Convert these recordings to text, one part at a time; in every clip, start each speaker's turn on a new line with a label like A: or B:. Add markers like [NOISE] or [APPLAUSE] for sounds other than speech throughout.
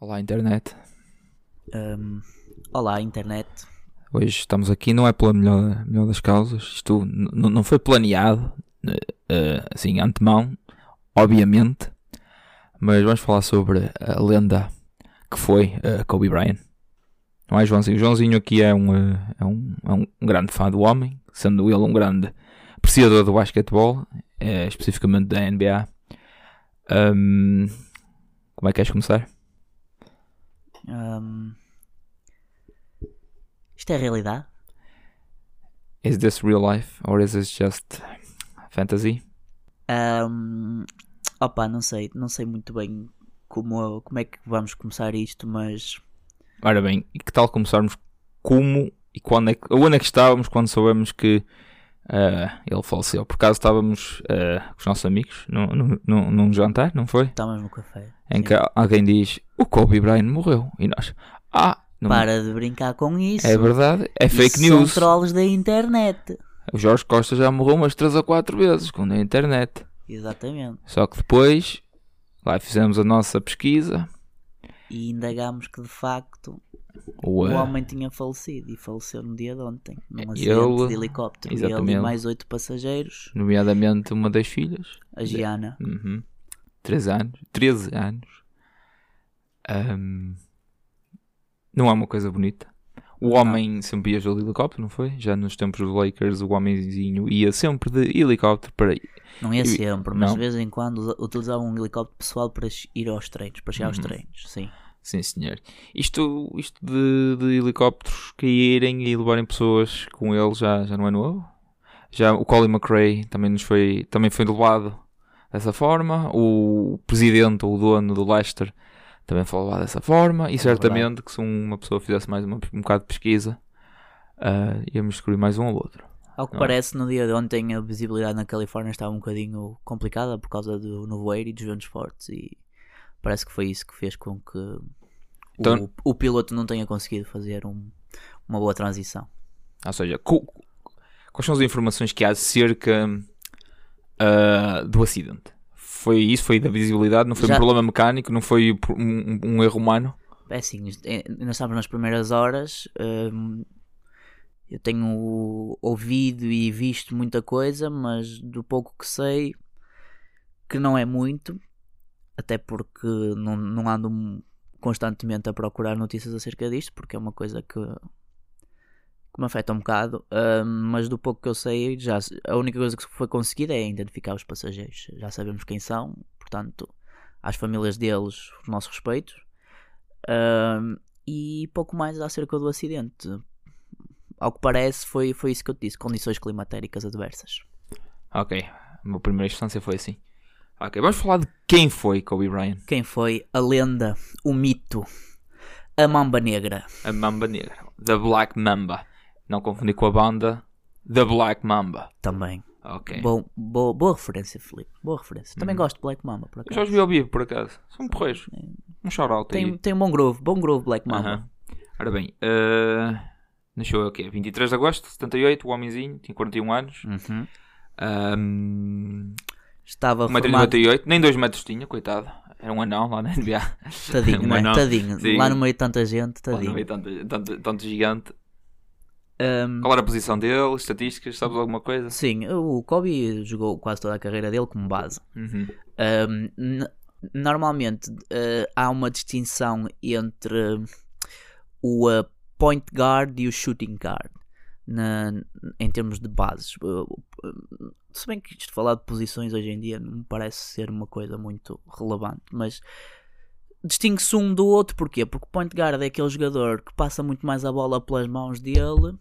A: Olá, internet.
B: Ahm, olá, internet.
A: Hoje estamos aqui, não é pela melhor, melhor das causas. Isto n- n- não foi planeado, eh, eh, assim, antemão, obviamente. Mas vamos falar sobre a lenda que foi eh, Kobe Bryant. Não é, Joãozinho? O Joãozinho aqui é um, eh, é, um, é um grande fã do homem, sendo ele um grande apreciador do basquetebol, eh, especificamente da NBA. Ahm, Hum, como é que queres começar?
B: Ahm, isto é realidade?
A: Is this real life or is this just fantasy?
B: Ahm, opa, não sei, não sei muito bem como, como é que vamos começar isto, mas
A: Ora bem, e que tal começarmos como e quando é que, onde é que estávamos quando soubemos que ah, ele faleceu? Por acaso estávamos ah, com os nossos amigos num, num- num- num jantar, não foi?
B: estamos no um café.
A: Em que alguém diz o Kobe Bryant morreu e nós, ah, não
B: Para de brincar com isso.
A: é verdade, é fake
B: isso um
A: news.
B: São trolls da internet.
A: O Jorge Costa já morreu umas 3 ou 4 vezes quando a internet.
B: Exatamente.
A: Só que depois lá fizemos a nossa pesquisa.
B: E indagámos que de facto
A: O,
B: o
A: ah,
B: homem tinha falecido e faleceu no dia de ontem, num
A: E
B: acidente
A: ele-
B: de helicóptero. E ele
A: Exatamente.
B: e mais oito passageiros,
A: nomeadamente uma das filhas.
B: a Giana.
A: Uhum. 3 anos, 13 anos. Ahm, não é uma coisa bonita. O homem sempre ia de helicóptero, não foi? Já nos tempos do Lakers, o homenzinho ia sempre de helicóptero para.
B: Não ia
A: E-
B: sempre, mas
A: não.
B: de vez em quando usa- utilizavam um helicóptero pessoal para ch- ir aos treinos, para chegar aos
A: Uhum.
B: treinos, sim.
A: Sim, senhor. Isto, isto de, de helicópteros caírem e levarem pessoas com ele já, já não é novo. Já o Colin McRae também, nos foi, também foi levado dessa forma. O presidente, ou o dono do Leicester, também foi levado dessa forma. E certamente que se uma pessoa fizesse mais uma- um bocado de pesquisa, ah, íamos descobrir mais um ou outro.
B: Ao que
A: Não.
B: parece, no dia de ontem a visibilidade na Califórnia estava um bocadinho complicada por causa do nevoeiro e dos ventos fortes e parece que foi isso que fez com que o-
A: Então-
B: o, piloto não tenha conseguido fazer um- uma boa transição.
A: Ou seja, co- quais são as informações que há acerca ah, do acidente? Foi isso? Foi da visibilidade? Não foi
B: Já-
A: um problema mecânico? Não foi por- um, um- um erro humano?
B: É assim, isto- é- nós estávamos nas primeiras horas. hum, eu tenho ouvido e visto muita coisa, mas do pouco que sei, que não é muito, até porque não, não ando m- constantemente a procurar notícias acerca disto, porque é uma coisa que, que me afeta um bocado. hum, mas do pouco que eu sei, já, se- a única coisa que foi conseguida é identificar os passageiros. Já sabemos quem são, portanto, às famílias deles, os nossos respeitos. Ahm, e pouco mais acerca do acidente. Ao que parece, foi, foi isso que eu te disse: condições climatéricas adversas.
A: Ok, a minha primeira instância foi assim. Ok, vamos falar de quem foi Kobe Bryant,
B: Quem foi a lenda, o mito, a mamba negra?
A: a Mamba Negra, The Black Mamba. Não confundir com a banda The Black Mamba.
B: Também.
A: Ok.
B: Bom, bo- boa referência, Filipe. Boa referência. Também gosto de Black Mamba, por
A: Eu já
B: acaso.
A: os vi ao vivo, por acaso. São porreiros. Um shout-out aí.
B: Tem, tem um bom groove, bom groove Black Mamba.
A: Aham. Ora bem, eh, nasceu o quê? 23 de agosto de 78, o homenzinho, tinha 41 anos.
B: Uhum.
A: Um,
B: Estava
A: 1,98m,
B: formado,
A: nem 2 metros tinha, coitado. Era um anão lá na NBA.
B: tadinho,
A: [LAUGHS] Um
B: não é?
A: anão.
B: Tadinho.
A: Sim.
B: Lá no meio de tanta gente,
A: Lá não
B: tadinho.
A: havia tanto, tanto, tanto gigante.
B: Ahm,
A: Qual era a posição dele? Estatísticas? Sabes alguma coisa?
B: sim, o Kobe jogou quase toda a carreira dele como base.
A: Uhum.
B: Um, n- normalmente uh, há uma distinção entre o uh, point guard e o shooting guard na- em termos de bases. Uh, uh, se bem que isto de falar de posições hoje em dia não me parece ser uma coisa muito relevante, mas distingue-se um do outro porquê? Porque o point guard é aquele jogador que passa muito mais a bola pelas mãos dele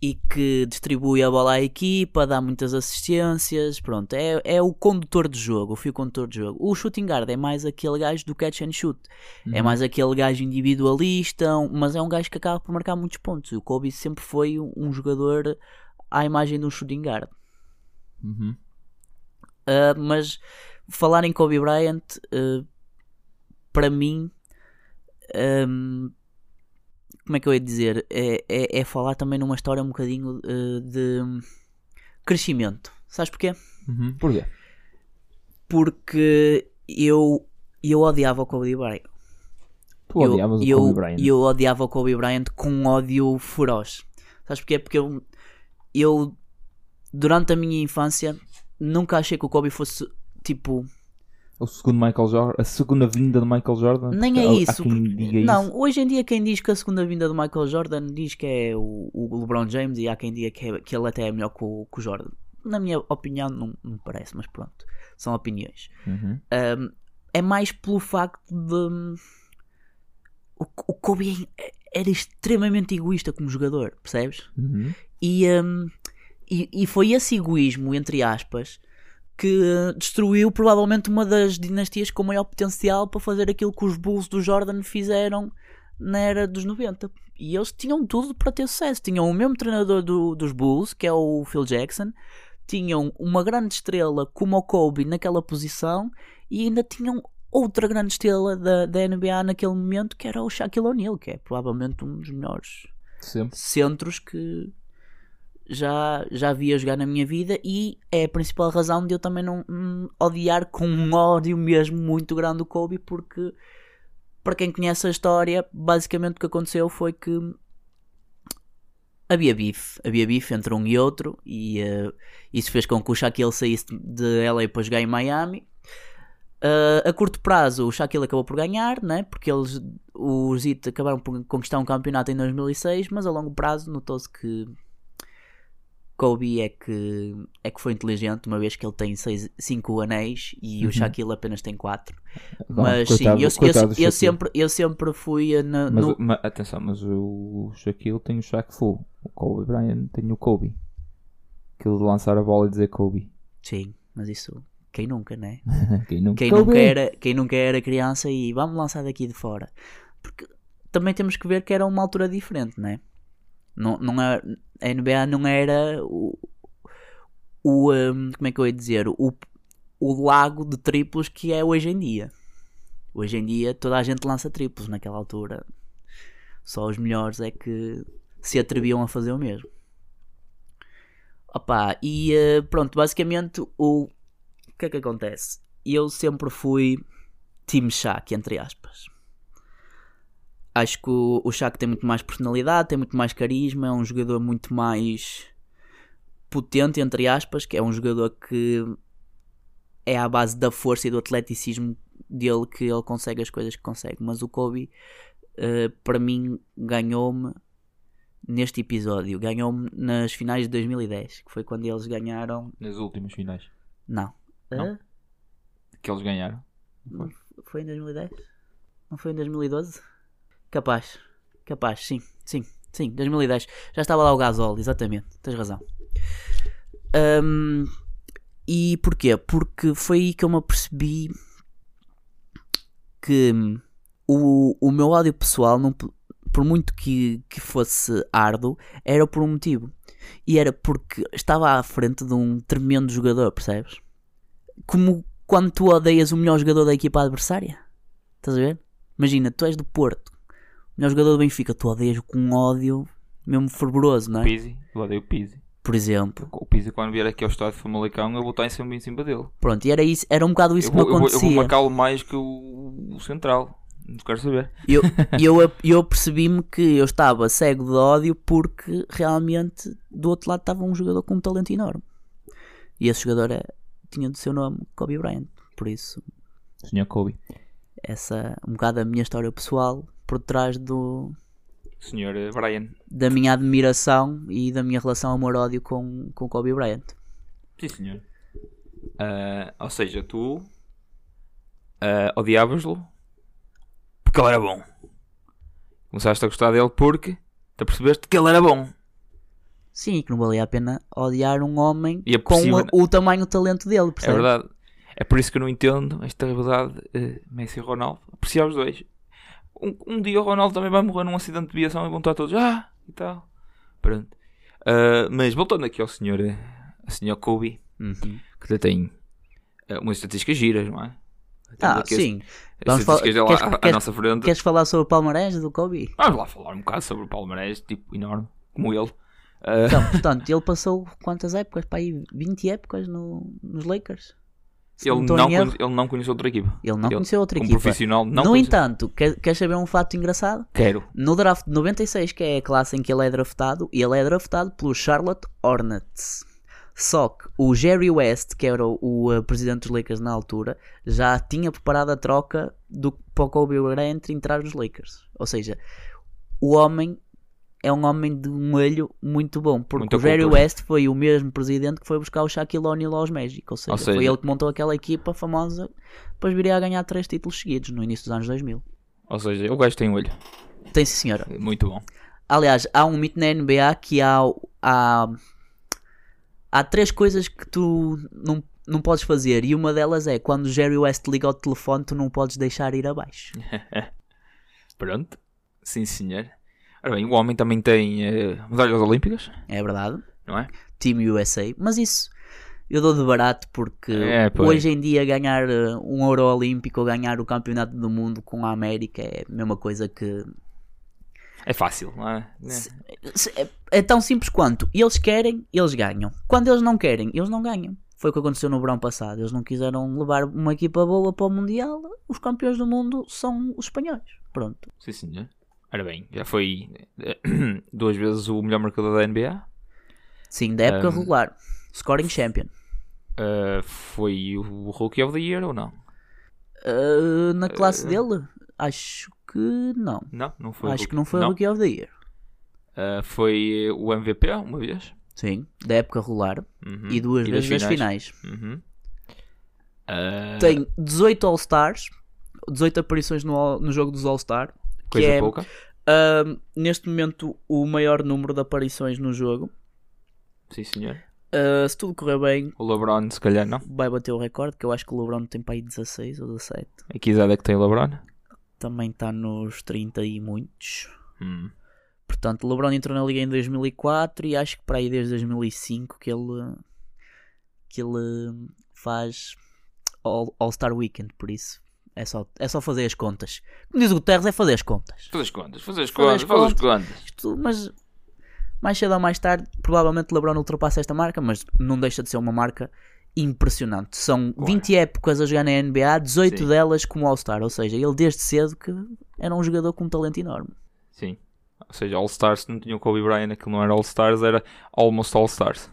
B: e que distribui a bola à equipa, dá muitas assistências, pronto, é, é o condutor de jogo, o fio condutor de jogo. O shooting guard é mais aquele gajo do catch and shoot,
A: Uhum.
B: é mais aquele gajo individualista, um- mas é um gajo que acaba por marcar muitos pontos. E O Kobe sempre foi um, um jogador à imagem de um shooting guard.
A: Uhum.
B: Ah, mas falar em Kobe Bryant, ah, para mim, ahm, como é que eu ia dizer? É, é, é falar também numa história um bocadinho ah, de crescimento. Sabes porquê?
A: Uhum. Porquê?
B: Porque eu, eu odiava o Kobe Bryant.
A: Tu odiavas o
B: eu,
A: Kobe Bryant.
B: eu odiava o Kobe Bryant com um ódio feroz. Sabes porquê? Porque eu, eu, durante a minha infância, nunca achei que o Kobe fosse tipo.
A: O segundo Michael Jordan, a segunda vinda de Michael Jordan.
B: Nem é
A: Há- há
B: isso.
A: quem
B: porque-
A: diga
B: não,
A: isso.
B: hoje em dia, quem diz que a segunda vinda do Michael Jordan diz que é o, o LeBron James e há quem diga que, é- que ele até é melhor que o, que o Jordan. Na minha opinião, não não me parece, mas pronto, são opiniões.
A: Uhum.
B: Um, é mais pelo facto de o, o Kobe é- era extremamente egoísta como jogador, percebes?
A: Uhum.
B: E, um, e, e foi esse egoísmo, entre aspas, que uh, destruiu provavelmente uma das dinastias com maior potencial para fazer aquilo que os Bulls do Jordan fizeram na era dos 90. E eles tinham tudo para ter sucesso. Tinham o mesmo treinador do- dos Bulls, que é o Phil Jackson, tinham uma grande estrela como o Kobe naquela posição e ainda tinham outra grande estrela da, da NBA naquele momento que era o Shaquille O'Neal, que é provavelmente um dos melhores
A: Sempre.
B: centros que já, já vi a jogar na minha vida e é a principal razão de eu também não hum, odiar com um ódio mesmo muito grande o Kobe porque para quem conhece a história basicamente o que aconteceu foi que havia bife havia bife entre um e outro e eh, isso fez com que o Shaquille saísse de LA para jogar em Miami Eh, a curto prazo o Shaquille acabou por ganhar né? porque eles os Heat acabaram por conquistar um campeonato em 2006, mas a longo prazo notou-se que Kobe é que, é que foi inteligente, uma vez que ele tem 5 anéis e
A: Uhum.
B: o Shaquille apenas tem 4.
A: Não,
B: mas
A: coitado-
B: sim, eu, eu-
A: coitado do
B: eu
A: Shaquille.
B: sempre, eu sempre fui eh, na-
A: Mas,
B: no,
A: o- ma- atenção, mas o Shaquille tem o Shaq Full. O Kobe Bryant tem o Kobe. Aquilo de lançar a bola e dizer Kobe.
B: Sim, mas isso. Quem nunca, né?
A: Quem nunca,
B: Quem
A: Kobe!
B: nunca, era, quem nunca era criança e vamos lançar daqui de fora. Porque também temos que ver que era uma altura diferente, né? Não, não era, a NBA não era o. o hum, como é que eu ia dizer? O, o lago de triplos que é hoje em dia. Hoje em dia toda a gente lança triplos naquela altura. Só os melhores é que se atreviam a fazer o mesmo. Opa, e eh, pronto, basicamente o, o que é que acontece? Eu sempre fui time Shaq, entre aspas. Acho que o, o Shaq tem muito mais personalidade, tem muito mais carisma, é um jogador muito mais potente, entre aspas, que é um jogador que é à base da força e do atleticismo dele que ele consegue as coisas que consegue. Mas o Kobe, eh, para mim, ganhou-me neste episódio. Ganhou-me nas finais de 2010, que foi quando eles ganharam.
A: Nas últimas finais
B: Não.
A: Não?
B: Eh,
A: que eles ganharam.
B: Foi em 2010? Não foi em 2012? Capaz, capaz, sim, sim, sim, 2010. Já estava lá o Gasol, exatamente, tens razão. Ahm, e porquê? Porque foi aí que eu me apercebi que o, o meu ódio pessoal, não, p- por muito que, que fosse árduo, era por um motivo. E era porque estava à frente de um tremendo jogador, percebes? Como quando tu odeias o melhor jogador da equipa adversária. Estás a ver? Imagina, tu és do Porto, o melhor jogador do Benfica, tu odeias com um ódio mesmo fervoroso, não é?
A: Pizzi, eu odeio o Pizzi.
B: Por exemplo.
A: O Pizzi, quando vier aqui ao estádio de Famalicão, eu vou estar em cima, em cima dele.
B: Pronto, e era, isso, era um bocado isso
A: eu, vou,
B: que
A: eu,
B: me
A: vou, eu vou
B: acontecia.
A: marcá-lo mais que o, o Central. Não quero saber.
B: eu, eu, eu percebi-me que eu estava cego de ódio porque realmente do outro lado estava um jogador com um talento enorme. E esse jogador é- tinha do seu nome Kobe Bryant. Por isso,
A: Senhor Kobe.
B: essa é um bocado a minha história pessoal por trás do,
A: Senhor eh, Brian.
B: da minha admiração e da minha relação amor-ódio com, com Kobe Bryant.
A: Sim, senhor. Ah, ou seja, tu ah, odiavas-lo porque ele era bom. Começaste a gostar dele porque te apercebeste que ele era bom. É
B: Sim, que não valia a pena odiar um homem
A: E é
B: com
A: possível,
B: o-
A: né?
B: o, tamanho do talento dele,
A: É
B: percebes?
A: verdade. É por isso que eu não entendo esta rivalidade eh, Messi e Ronaldo. Apreciar os dois. Um, um dia o Ronaldo também vai morrer num acidente de viação e vão estar todos ah e tal. Pronto. Ah, mas voltando aqui ao senhor, eh, ao senhor Kobe,
B: Uhum.
C: Que
A: que tem eh, umas estatísticas giras, não é? Temos
B: Ah,
A: aqui as-
B: sim.
A: As
B: Vamos falar-
A: estatísticas dele
B: queres-
A: à, à
B: queres-
A: é nossa frente.
B: Queres falar sobre o palmarés do Kobe?
A: Vamos lá falar um bocado sobre o Palmeiras, tipo, enorme, como ele. Ah,
B: Então, portanto, ele passou quantas épocas? Para aí 20 épocas no, nos Lakers? se
A: Ele
B: estou
A: não,
B: em erro,
A: conhe- ele não conheceu outra equipa.
B: ele não
A: ele-
B: conheceu outra
A: um
B: equipa.
A: profissional não
B: no
A: conheceu-
B: entanto, quer- queres saber um fato engraçado?
A: Quero.
B: No draft de 96, que é a classe em que ele é draftado, ele é draftado pelo Charlotte Hornets. Só que o Jerry West, que era o, o, eh, presidente dos Lakers na altura, já tinha preparado a troca do, para o Kobe Bryant entrar nos Lakers. Ou seja, o homem é um homem de um olho muito bom, porque
A: Muita
B: o Jerry
A: cultura.
B: West foi o mesmo presidente que foi buscar o Shaquille O'Neal aos Magic. Ou seja,
C: Ou seja-
B: foi ele que montou aquela equipa famosa, depois viria a ganhar três títulos seguidos no início dos anos 2000.
A: Ou seja, o gajo tem um olho.
B: Tem sim, senhora.
A: Muito bom.
B: Aliás, há um mito na NBA que há, há, há três coisas que tu não, não podes fazer. E uma delas é quando o Jerry West liga ao telefone, tu não podes deixar ir abaixo.
A: Pronto. Sim, senhor. Ora bem, o homem também tem eh, medalhas olímpicas,
B: É verdade.
A: não é?
B: Team USA. Mas isso eu dou de barato porque
A: É, pois.
B: hoje em dia ganhar eh, um ouro olímpico ou ganhar o campeonato do mundo com a América é a mesma coisa que.
A: É fácil, não é?
B: Se- se- é- É tão simples quanto eles querem, eles ganham. Quando eles não querem, eles não ganham. Foi o que aconteceu no verão passado. Eles não quiseram levar uma equipa boa para o Mundial. Os campeões do mundo são os espanhóis. Pronto.
A: Sim, senhor. Ora bem, já foi eh, [CLEARS THROAT] duas vezes o melhor marcador da NBA.
B: Sim, da época
A: Ahm.
B: regular. Scoring Champion.
A: Eh, foi o Rookie of the Year ou não?
B: Ah, na classe
A: Ah.
B: dele, acho que não.
A: Não, não foi. o
B: acho
A: Rookie.
B: que não foi o Rookie of the Year.
A: Eh, foi o MVP uma vez.
B: Sim, da época regular.
A: Uhum.
B: E duas
A: das
B: vezes nas finais.
A: Uhum. Eh,
B: Tem 18 All-Stars. 18 aparições no, All- no jogo dos All-Star. Que
A: coisa
B: é
A: pouca.
B: Ahm, neste momento, o maior número de aparições no jogo.
A: Sim, senhor.
B: Ah, se tudo correr bem,
A: O LeBron, se calhar, não.
B: vai bater o recorde, que eu acho que o LeBron tem para aí 16 ou 17.
A: A que idade é que tem o LeBron?
B: Também está nos 30 e muitos.
A: Hum.
B: Portanto, o LeBron entrou na liga em 2004 e acho que para aí desde 2005 que ele que ele faz All- All-Star Weekend, por isso é só, é só fazer as contas. Como diz o Guterres, é fazer as contas.
A: Faz as contas, faz as
B: Faz
A: contas,
B: as
A: faz as contas.
B: Isto, mas mais cedo ou mais tarde, provavelmente LeBron ultrapassa esta marca, mas não deixa de ser uma marca impressionante. São
A: Claro.
B: 20 épocas a jogar na NBA, 18
A: Sim.
B: delas como All-Star, ou seja, ele desde cedo que era um jogador com um talento enorme.
A: Sim. Ou seja, All-Stars não tinha o Kobe Bryant, aquilo não era All-Stars, era Almost All-Stars.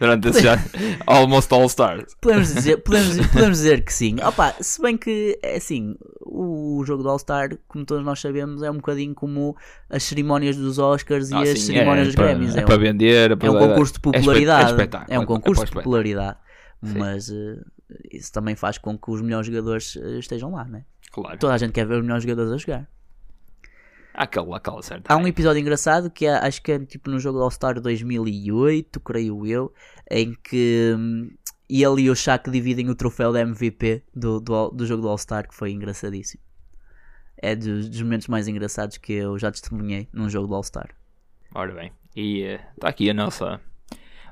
A: Durante esse ano, Almost All-Stars. [LAUGHS]
B: Podemos dizer, podemos, podemos dizer que sim. Opa, se bem que, é assim, o jogo do All-Star, como todos nós sabemos, é um bocadinho como as cerimónias dos Oscars e
A: Ah,
B: as
A: sim,
B: cerimónias dos
A: para-
B: Grammys.
A: É,
B: um-
A: para vender, é, para
B: É um concurso de
A: espet- é
B: popularidade.
A: espetáculo,
B: É
A: é
B: um concurso de
A: para o
B: popularidade.
A: Sim.
B: Mas eh, isso também faz com que os melhores jogadores eh, estejam lá, né?
A: Claro.
B: Toda a gente quer ver os melhores jogadores a jogar.
A: Aquela, aquela certa.
B: Há um episódio engraçado que é- acho que é tipo no jogo do All-Star 2008, creio eu, em que hum, ele e o Shaq dividem o troféu da MVP do, do, All- do jogo do All-Star, que foi engraçadíssimo. É dos, dos momentos mais engraçados que eu já testemunhei num jogo do All-Star.
A: Ora bem, e está aqui a nossa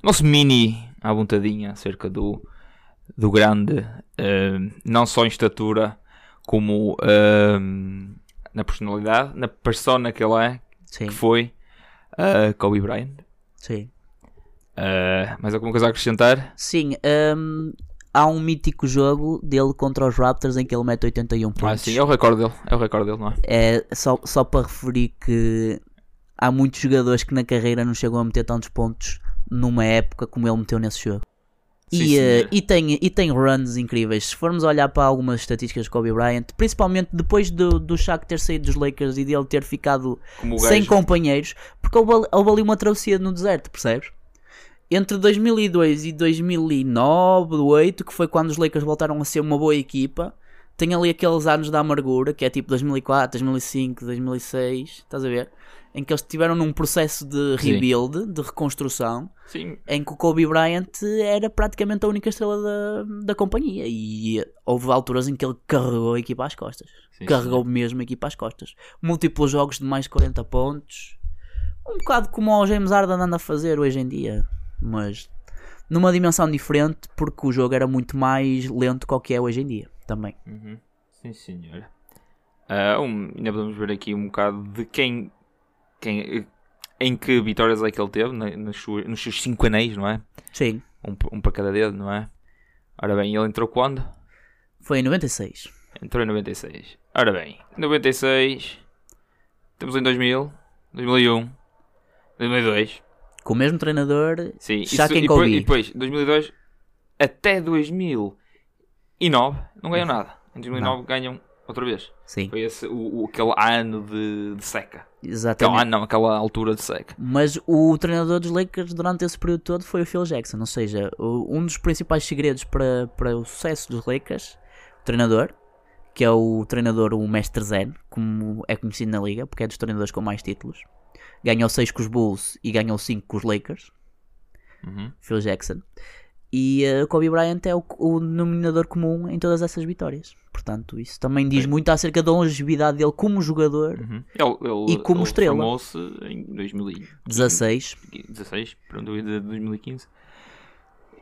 A: nosso mini à vontadinha acerca do, do grande, eh, não só em estatura, como eh, na personalidade, na persona que ele é,
B: Sim,
A: que foi eh, Kobe Bryant.
B: sim.
A: Eh, mais alguma coisa a acrescentar? Ah,
B: Sim, hum, há um mítico jogo dele contra os Raptors em que ele mete 81 pontos.
A: Ah, sim, é o recorde dele, é o recorde dele, não é?
B: É só, só para referir que há muitos jogadores que na carreira não chegam a meter tantos pontos numa época como ele meteu nesse jogo.
A: Sim,
B: e, eh,
A: senhor.
B: e, tem, e tem runs incríveis. Se formos olhar para algumas estatísticas de Kobe Bryant, principalmente depois do, do Shaq ter saído dos Lakers e dele ter ficado
A: Como o gajo,
B: sem companheiros, porque houve, ali- houve ali uma travessia no deserto, percebes? Entre 2002 e 2009, 8, que foi quando os Lakers voltaram a ser uma boa equipa, tem ali aqueles anos da amargura, que é tipo 2004, 2005, 2006, estás a ver? Em que eles estiveram num processo de
A: Sim.
B: rebuild, de reconstrução,
A: Sim,
B: em que o Kobe Bryant era praticamente a única estrela da, da companhia e houve alturas em que ele carregou a equipa às costas.
A: Sim,
B: carregou mesmo a equipa às costas. Múltiplos jogos de mais de 40 pontos. Um bocado como o James Harden anda a fazer hoje em dia, mas numa dimensão diferente porque o jogo era muito mais lento que o que é hoje em dia também.
A: Uhum. Sim, senhor. Ah, um- ainda podemos ver aqui um bocado de quem, quem eh, em que vitórias é que ele teve na- nas suas- nos seus cinco anéis, não é?
B: Sim,
A: Um, p- um para cada dedo, não é? Ora bem, ele entrou quando?
B: Foi em 96.
A: Entrou em 96. Ora bem, 96. Estamos em 2000, 2001, 2002.
B: Com o mesmo treinador,
A: Sim, e
B: Shaq
A: se-
B: and
A: e, depois,
B: Kobe.
A: e depois, 2002 até 2009, não ganham nada. Em 2009 ganham outra vez.
B: sim,
A: Foi esse, o, o- aquele ano de, de seca. Aquele
B: exatamente.
A: ano, não, aquela altura de seca.
B: Mas o treinador dos Lakers durante esse período todo foi o Phil Jackson, ou seja, o- um dos principais segredos para, para o sucesso dos Lakers, o treinador, que é o treinador, o mestre Zen, como é conhecido na liga, porque é dos treinadores com mais títulos. Ganhou 6 com os Bulls e ganhou 5 com os Lakers,
A: Uhum.
B: Phil Jackson. E eh, Kobe Bryant é o, o denominador comum em todas essas vitórias. Portanto, isso também diz muito acerca da longevidade dele como jogador.
A: Uhum. Ele, ele,
B: E como
A: ele
B: estrela.
A: formou-se em 2015,
B: 16,
A: 16, pronto, de 2015.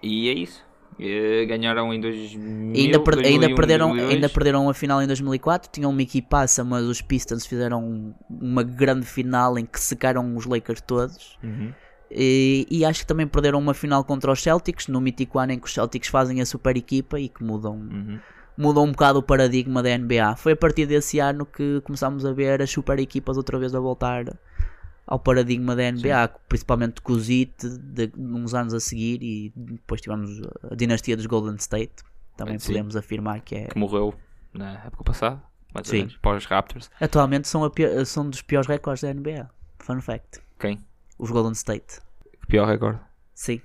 A: E é isso. Eh, Ganharam em 2000,
B: ainda, per- ainda
A: 2001,
B: perderam,
A: 2002.
B: ainda perderam a final em 2004. Tinham uma equipaça, mas os Pistons fizeram uma grande final em que secaram os Lakers todos.
A: Uhum.
B: E, e acho que também perderam uma final contra os Celtics, no mítico ano em que os Celtics fazem a super equipa e que mudam,
A: Uhum.
B: mudam um bocado o paradigma da NBA. Foi a partir desse ano que começámos a ver as super equipas outra vez a voltar ao paradigma da NBA, principalmente com o Zit, de, uns anos a seguir, e depois tivemos a dinastia dos Golden State. Também
A: Sim.
B: podemos afirmar que é
A: que morreu na época passada, mais ou
B: Sim.
A: menos, para os Raptors.
B: Atualmente são, a pi- são dos piores recordes da NBA. Fun fact.
A: Quem?
B: Os Golden State.
A: Que pior recorde.
B: Sim.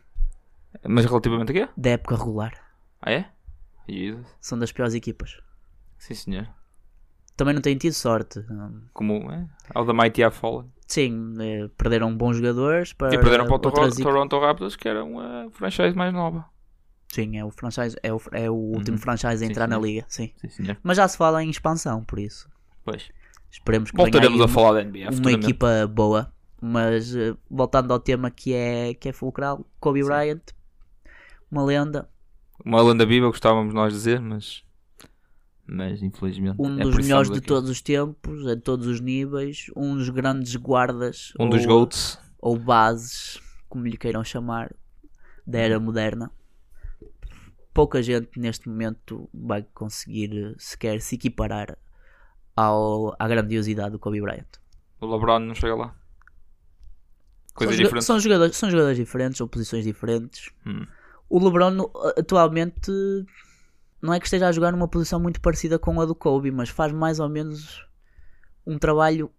A: Mas relativamente a quê?
B: Da época regular.
A: Ah, é? Jesus.
B: São das piores equipas.
A: Sim, senhor.
B: Também não têm tido sorte. Hum,
A: Como é? All the Mighty Have Fallen.
B: Sim, eh, perderam bons jogadores para.
A: E perderam para o
B: outras
A: Toronto, Toronto Raptors, que era uma franchise mais nova.
B: equi- Sim, é o, franchise, é o, é o último franchise a
A: Uhum. Sim,
B: entrar na
A: senhor.
B: liga. Sim.
A: Sim, senhor.
B: Mas já se fala em expansão, por isso.
A: Pois.
B: Esperemos que venha
A: Voltaremos
B: aí
A: a
B: uma-
A: falar da NBA
B: uma
A: futuramente.
B: equipa boa, mas eh, voltando ao tema que é, que é fulcral, Kobe Bryant, uma lenda,
A: Uma lenda viva, gostávamos nós de dizer, mas... Mas, infelizmente,
B: um
A: é
B: dos
A: por isso que
B: melhores
A: estamos
B: de
A: aqui.
B: todos os tempos, a todos os níveis, um dos grandes guardas
A: Um dos
B: ou,
A: GOATs.
B: ou bases, como lhe queiram chamar, da era moderna. Pouca gente neste momento vai conseguir eh, sequer se equiparar ao, à grandiosidade do Kobe Bryant.
A: O LeBron não chega lá. Coisas
B: são, joga-
A: diferentes.
B: São jogadores, são jogadores diferentes, são posições diferentes.
A: Hum.
B: O LeBron no- atualmente não é que esteja a jogar numa posição muito parecida com a do Kobe, mas faz mais ou menos um trabalho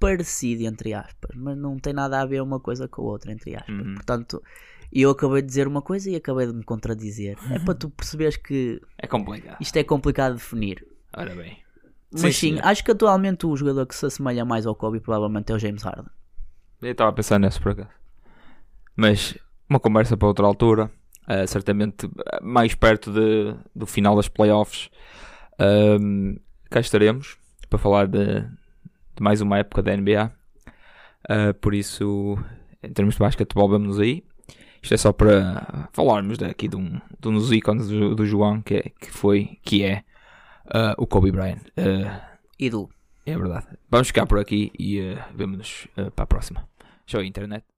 B: parecido, entre aspas. Mas não tem nada a ver uma coisa com a outra, entre aspas.
A: Uhum.
B: Portanto, eu acabei de dizer uma coisa e acabei de me contradizer. É para tu perceberes que
A: É complicado.
B: isto é complicado de definir.
A: Ora bem.
B: Mas
A: Sim,
B: sim,
A: senhor.
B: acho que atualmente o jogador que se assemelha mais ao Kobe provavelmente é o James Harden.
A: Eu estava a pensar nisso por acaso. Mas uma conversa para outra altura, eh, certamente eh, mais perto de- do final das playoffs, Ahm, cá estaremos para falar de, de mais uma época da NBA. Ah, por isso, em termos de basquetebol, vamos aí. Isto é só para falarmos daqui de um, de um dos ícones do, do João que, é- que foi, que é ah, o Kobe Bryant. Ah,
B: Ídolo.
A: eh, é verdade. Vamos ficar por aqui e vemos-nos para a próxima. Show internet.